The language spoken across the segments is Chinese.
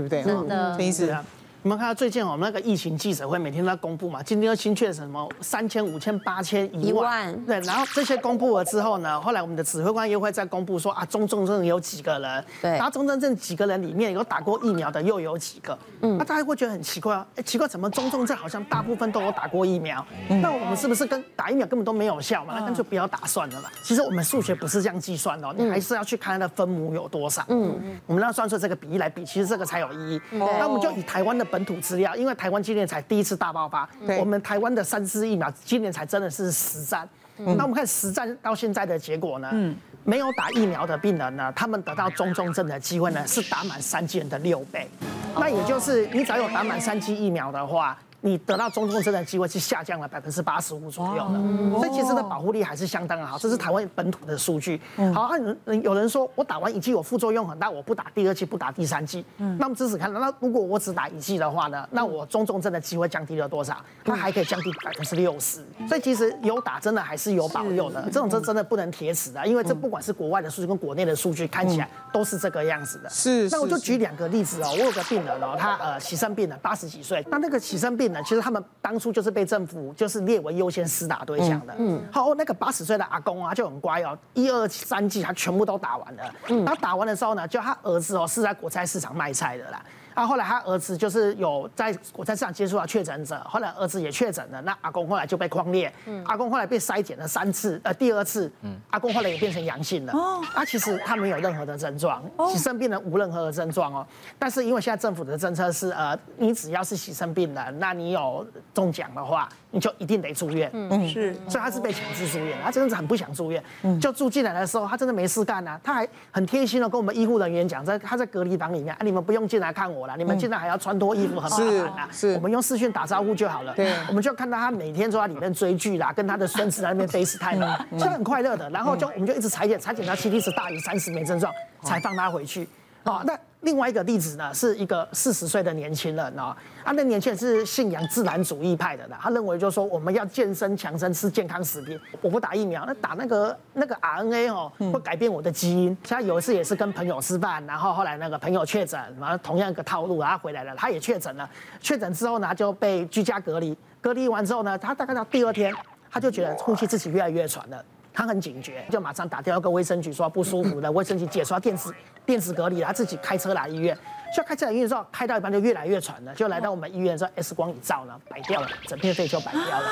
对不对？嗯真的这意思对。啊，你们看到最近我们那个疫情记者会，每天都在公布嘛，今天又新确诊什么三千、五千、八千、一一万万，对，然后这些公布了之后呢，后来我们的指挥官又会再公布说啊，中重症有几个人，对然后中重症几个人里面有打过疫苗的又有几个，嗯，那大家会觉得很奇怪啊，哎，奇怪，怎么中重症好像大部分都有打过疫苗，那我们是不是跟打疫苗根本都没有效嘛？那干脆不要打算了嘛。其实我们数学不是这样计算的哦，你还是要去看它的分母有多少，嗯，我们要算出这个比例来比，其实这个才有意义。那我们就以台湾的本土资料，因为台湾今年才第一次大爆发对，我们台湾的三支疫苗今年才真的是实战。那我们看实战到现在的结果呢？没有打疫苗的病人呢，他们得到中重症的机会呢是打满三剂人的六倍。那也就是你只要有打满三剂疫苗的话。你得到中重症的机会是下降了百分之八十五左右的，所以其实的保护力还是相当的好，这是台湾本土的数据。好，按人有人说我打完一剂有副作用很大，我不打第二剂，不打第三剂。那我们只是看，那如果我只打一剂的话呢，那我中重症的机会降低了多少？它还可以降低百分之六十。所以其实有打真的还是有嗯保佑的，这种这真的不能铁齿啊的，因为这不管是国外的数据跟国内的数据，看起来都是这个样子的。是那是我嗯就是举两个例子哦，我有个病人哦，他呃起肾病人，八十几岁。那那个起肾病人，其实他们当初就是被政府就是列为优先施打对象的。嗯，好，那个八十岁的阿公啊就很乖哦，一二三季他全部都打完了。嗯，他打完的时候呢，就他儿子哦是在果菜市场卖菜的啦。啊，后来他儿子就是有在果菜市场接触到确诊者，后来儿子也确诊了，那阿公后来就被框列，阿公后来被筛检了三次，呃，第二次，阿公后来也变成阳性了。哦，啊，其实他没有任何的症状，洗肾病人无任何的症状哦。但是因为现在政府的政策是，呃，你只要是洗肾病人，那你有中奖的话，你就一定得住院。嗯，是所以他是被强制住院，他真的是很不想住院。嗯就住进来的时候，他真的没事干啊，他还很贴心的跟我们医护人员讲，在他在隔离房里面，啊，你们不用进来看我了，你们进来还要穿脱衣服，很麻烦啊。嗯是是我们用视讯打招呼就好了。对我们就看到他每天都在里面追剧啦，跟他的孙子在那边 FaceTime，啦真的很快乐的。然后就我们就一直裁剪，裁剪到 CT 值大于三十没症状，才放他回去。哦，那另外一个例子呢，是一个四十岁的年轻人哦，啊，那年轻人是信仰自然主义派的啦，他认为就是说我们要健身强身，吃健康食品，我不打疫苗，那打那个那个 RNA 哦，会改变我的基因。像有一次也是跟朋友吃饭，然后后来那个朋友确诊，然后同样一个套路，然后回来了，他也确诊了，确诊之后呢他就被居家隔离，隔离完之后呢，他大概到第二天，他就觉得呼吸自己越来越喘了。他很警觉，就马上打电话跟卫生局说不舒服了，卫生局解除他电子电子隔离了，他自己开车来医院。就开车来医院之后，开到一半就越来越喘了，就来到我们医院之后，X 光一照呢，白掉了，整片肺就白掉了。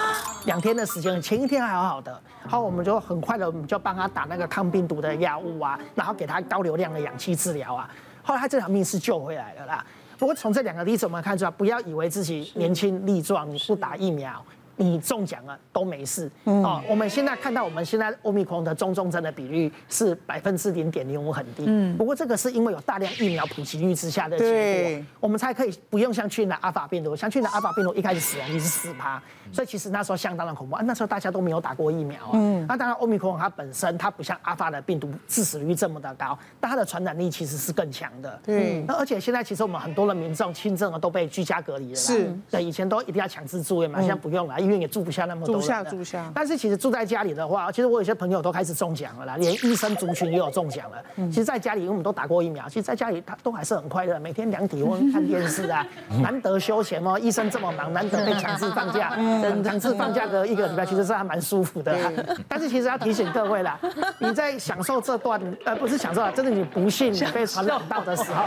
两天的时间，前一天还好好的，好，我们就很快的，我们就帮他打那个抗病毒的药物啊，然后给他高流量的氧气治疗啊。后来他这条命是救回来了啦。不过从这两个例子我们看出来，不要以为自己年轻力壮，你不打疫苗，你中奖了都没事。哦，我们现在看到我们现在欧米克戎的中重症的比率是百分之零点零五，很低。嗯，不过这个是因为有大量疫苗普及率之下的结对果，我们才可以不用像去年的阿法病毒，像去年的阿法病毒一开始死亡率是四趴，嗯所以其实那时候相当的恐怖啊。那时候大家都没有打过疫苗啊。嗯那当然，欧米克戎它本身它不像阿法的病毒致死率这么的高，但它的传染力其实是更强的。嗯对那而且现在其实我们很多的民众轻症的都被居家隔离了啦。是嗯对，以前都一定要强制住院嘛，现在不用了，医院也住不下那么多住人了。不下住不下但是其实住在家里的话，其实我有些朋友都开始中奖了啦，连医生族群也有中奖了。嗯其实，在家里，因为我们都打过疫苗，其实在家里他都还是很快乐，每天量体温、看电视 啊，难得休闲哦。医生这么忙，难得被强制放 假，嗯嗯强制放假个一个礼拜，其实是还蛮舒服的啦。 但是其实要提醒各位啦，你在享受这段呃不是享受啊，真的你不幸你被传染到的时 候，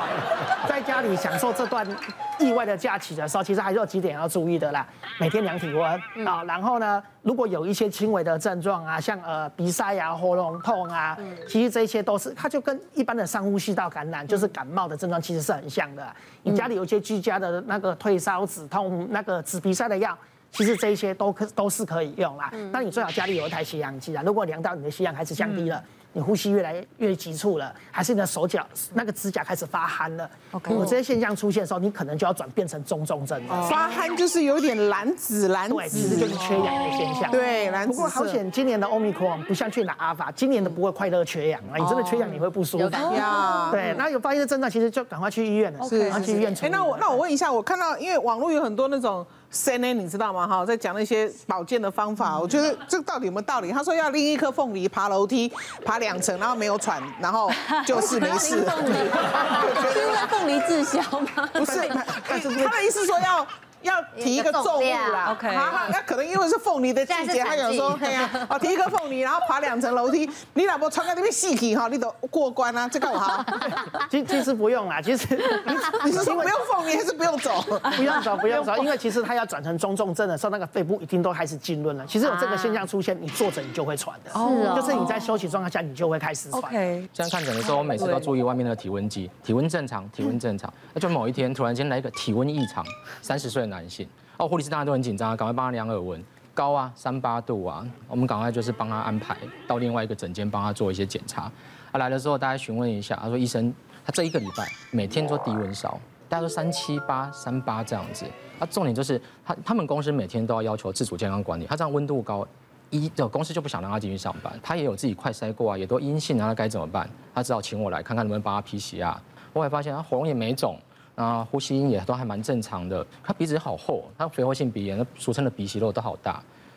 在家里享受这段意外的假期的时候，其实还是有几点要注意的啦。每天量体温啊，然后呢，如果有一些轻微的症状啊，像呃鼻塞啊、喉咙痛啊，其实这些都是它就跟一般的上呼吸道感染，就是感冒的症状，其实是很像的啊。你家里有一些居家的那个退烧、止痛、那个止鼻塞的药。其实这一些都可都是可以用啦。那你最好家里有一台吸氧机啦。啊如果量到你的吸氧开始降低了，你呼吸越来越急促了，还是你的手脚那个指甲开始发汗了，有这些现象出现的时候，你可能就要转变成中重症了。发憨就是有点蓝紫蓝对，其实紫就，是缺氧的现象。。对蓝紫不色。过好险，今年的欧米克不像去年的阿尔法，今年的不会快乐缺氧哦啊，你真的缺氧你会不舒服有。感呀。对，那有发现的症状，其实就赶快去医院了，是赶快去医院处哎，理。那我那我问一下，我看到因为网络有很多那种 CNN 你知道吗？哈，在讲那些保健的方法，我觉得这到底有没有道理？他说要拎一颗凤梨爬楼梯，爬两层，然后没有喘，然后就是没 事。凤梨，是因为凤梨滞销吗？ 不 是，他他的意思说要。要提一个重物啦，OK 啊那可能因为是凤梨的季节，现他在是想说，产季哎 呀，哦，提一个凤梨，然后爬两层楼梯，你老婆穿在那边细体哈，你都过关啊，这个我 好。其其实不用啦，其实 你是说不用凤梨还是不用走？不用走，不用 走，因为其实它要转成中重症的时候，那个肺部一定都开始浸润了。其实有这个现象出现，你坐着你就会喘的，啊哦就是你在休息状态下，你就会开始喘。 OK，现在看诊的时候，我每次都要注意外面那个体温计，体温正常，体温正常。那就某一天突然间来一个体温异常，三十岁的男性，哦，护理师大家都很紧张啊，赶快帮他量耳温，高啊，三八度啊，我们赶快就是帮他安排到另外一个诊间帮他做一些检查。他来的时候，大家询问一下，他说医生，他这一个礼拜每天做低温烧，大家都三七八、三八这样子。啊，重点就是他他们公司每天都要要求自主健康管理，他这样温度高，一的公司就不想让他继续上班，他也有自己快筛过啊，也都阴性啊，那该怎么办？他只好请我来看看能不能帮他 PCR。我也发现他喉咙也没肿，啊，呼吸音也都还蛮正常的，他鼻子好厚，他肥厚性鼻炎，那俗称的鼻息肉都好大。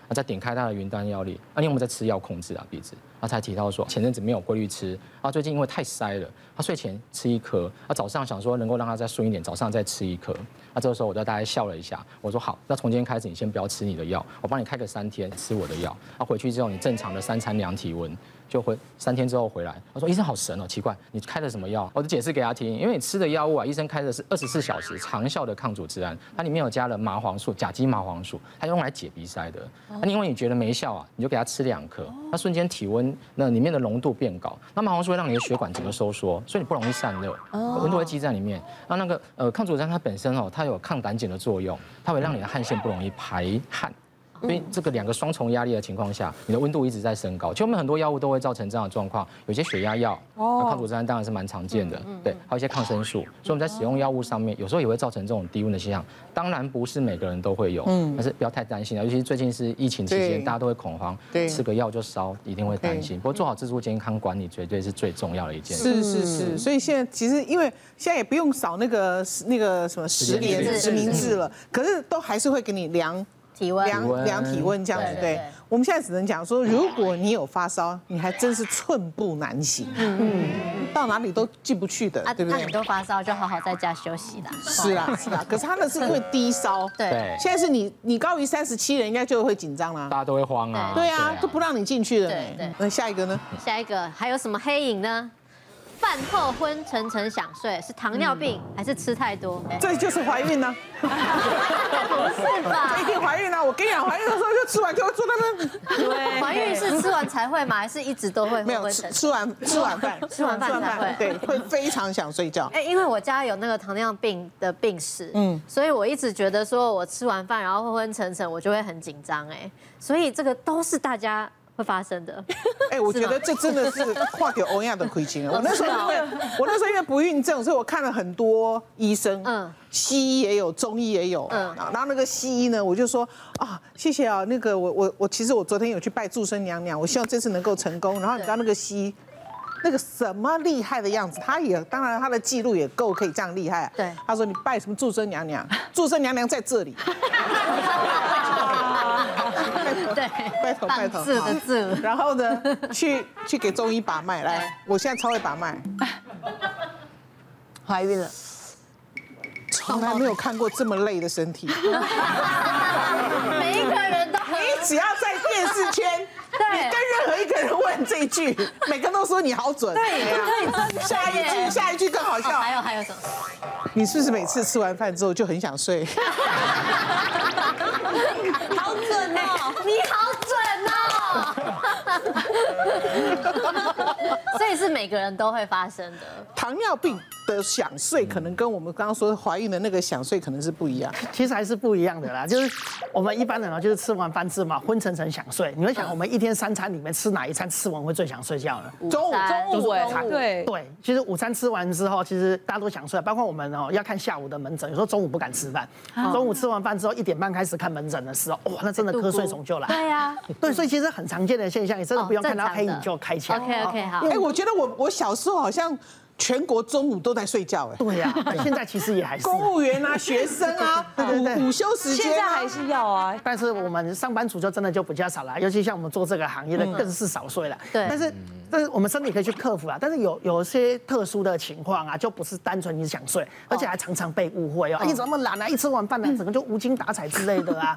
啊，再点开他的云端药力，啊，因为我们在吃药控制啊鼻子，他才提到说前阵子没有规律吃，啊，最近因为太塞了，他睡前吃一颗，啊，早上想说能够让他再顺一点，早上再吃一颗，啊，这个时候我就大概笑了一下，我说好，那从今天开始你先不要吃你的药，我帮你开个三天吃我的药，啊，回去之后你正常的三餐量体温，就回三天之后回来，他说医生好神哦，奇怪，你开的什么药？我就解释给他听，因为你吃的药物啊，医生开的是二十四小时长效的抗组织胺，它里面有加了麻黄素、甲基麻黄素，它用来解鼻塞的。那因为你觉得没效啊，你就给他吃两颗，那瞬间体温那里面的浓度变高，那麻黄素会让你的血管整个收缩，所以你不容易散热，温度会积在里面。那那个呃抗组织胺它本身哦，它有抗胆碱的作用，它会让你的汗腺不容易排汗。所以这个两个双重压力的情况下，你的温度一直在升高。其实我们很多药物都会造成这样的状况，有些血压药，那抗组织胺当然是蛮常见的，对，还有一些抗生素。所以我们在使用药物上面，有时候也会造成这种低温的现象。当然不是每个人都会有，但是不要太担心啊。尤其是最近是疫情期对间，大家都会恐慌，对吃个药就烧，一定会担心。不过做好自助健康管理，绝对是最重要的一件是事。是是，所以现在其实因为现在也不用扫那个那个什么十实连名制实名制了，可是都还是会给你量体温体量温量体温这样子。对对对，我们现在只能讲说，如果你有发烧，你还真是寸步难行，嗯，到哪里都进不去的啊，，对不那对你？都发烧，就好好在家休息啦。是啦是 啦，可是他那是因为低烧，对对现在是你你高于三十七人，应该就会紧张啦大。家都会慌啊。对啊，都不让你进去了呢对对。那下一个呢？下一个还有什么黑影呢？饭后昏沉沉想睡，是糖尿病嗯还是吃 太多？哎这就是怀孕呢，不是吧 这一？定怀孕啊！我跟你讲，怀孕的时候就吃完就会坐在那边怀孕是吃完才会吗？还是一直都会没昏有昏吃沉？吃完吃晚饭， 吃完饭才会对，会非常想睡觉。哎，因为我家有那个糖尿病的病史，嗯，所以我一直觉得说我吃完饭然后昏昏沉沉，我就会很紧张，哎，所以这个都是大家会发生的。哎，我觉得这真的是化给欧亚的亏心了。我那时候因哦啊为我那时候因为不孕症，所以我看了很多医生，嗯嗯，西医也有，中医也有，嗯嗯，然后那个西医呢，我就说啊，谢谢啊，那个我我我其实我昨天有去拜祝生娘娘，我希望这次能够成功。然后你知道那个西医。那个什么厉害的样子，他也当然他的记录也够可以这样厉害、啊。对他说你拜什么祝生娘娘，祝生娘娘在这里。对，拜托拜托字的字。然后呢， 去去给中医把脉。来对，我现在超会把脉，怀孕了，从来没有看过这么累的身 体。每一个人都很你只要在电视圈，你 对跟任何一个人问这一句，每个都说你好准。啊对，真的下一句，下一句更好哦笑。还有还有什么？你是不是每次吃完饭之后就很想睡？好准哦！你好准哦！所以是每个人都会发生的，糖尿病的想睡，可能跟我们刚刚说怀孕的那个想睡可能是不一样。其实还是不一样的啦，就是我们一般人啊，就是吃完饭之后嘛，昏沉沉想睡。你会啊想，我们一天三餐里面吃哪一餐吃完会最想睡觉呢？中午三中午哎对中午对，对，其实午餐吃完之后，其实大家都想睡，包括我们哦、要看下午的门诊，有时候中午不敢吃饭，中午吃完饭之后一点半开始看门诊的时候，哇，那真的度孤瞌睡虫就来。对啊，对，所以其实很常见的现象，也真的不用看到黑影就开枪。哦 OK OK 好哎、，我觉得我我小时候好像全国中午都在睡觉哎。对呀、现在其实也还是啊、公务员啊，学生啊， 午午休时现间在啊还是要啊，但是我们上班族就真的就比较少了，尤其像我们做这个行业的更是少睡了。对但是但是我们身体可以去克服啊。但是有有些特殊的情况啊，就不是单纯你想睡，而且还常常被误会哦，啊你怎么那么懒啊？一吃完饭呢，整个就无精打采之类的啊。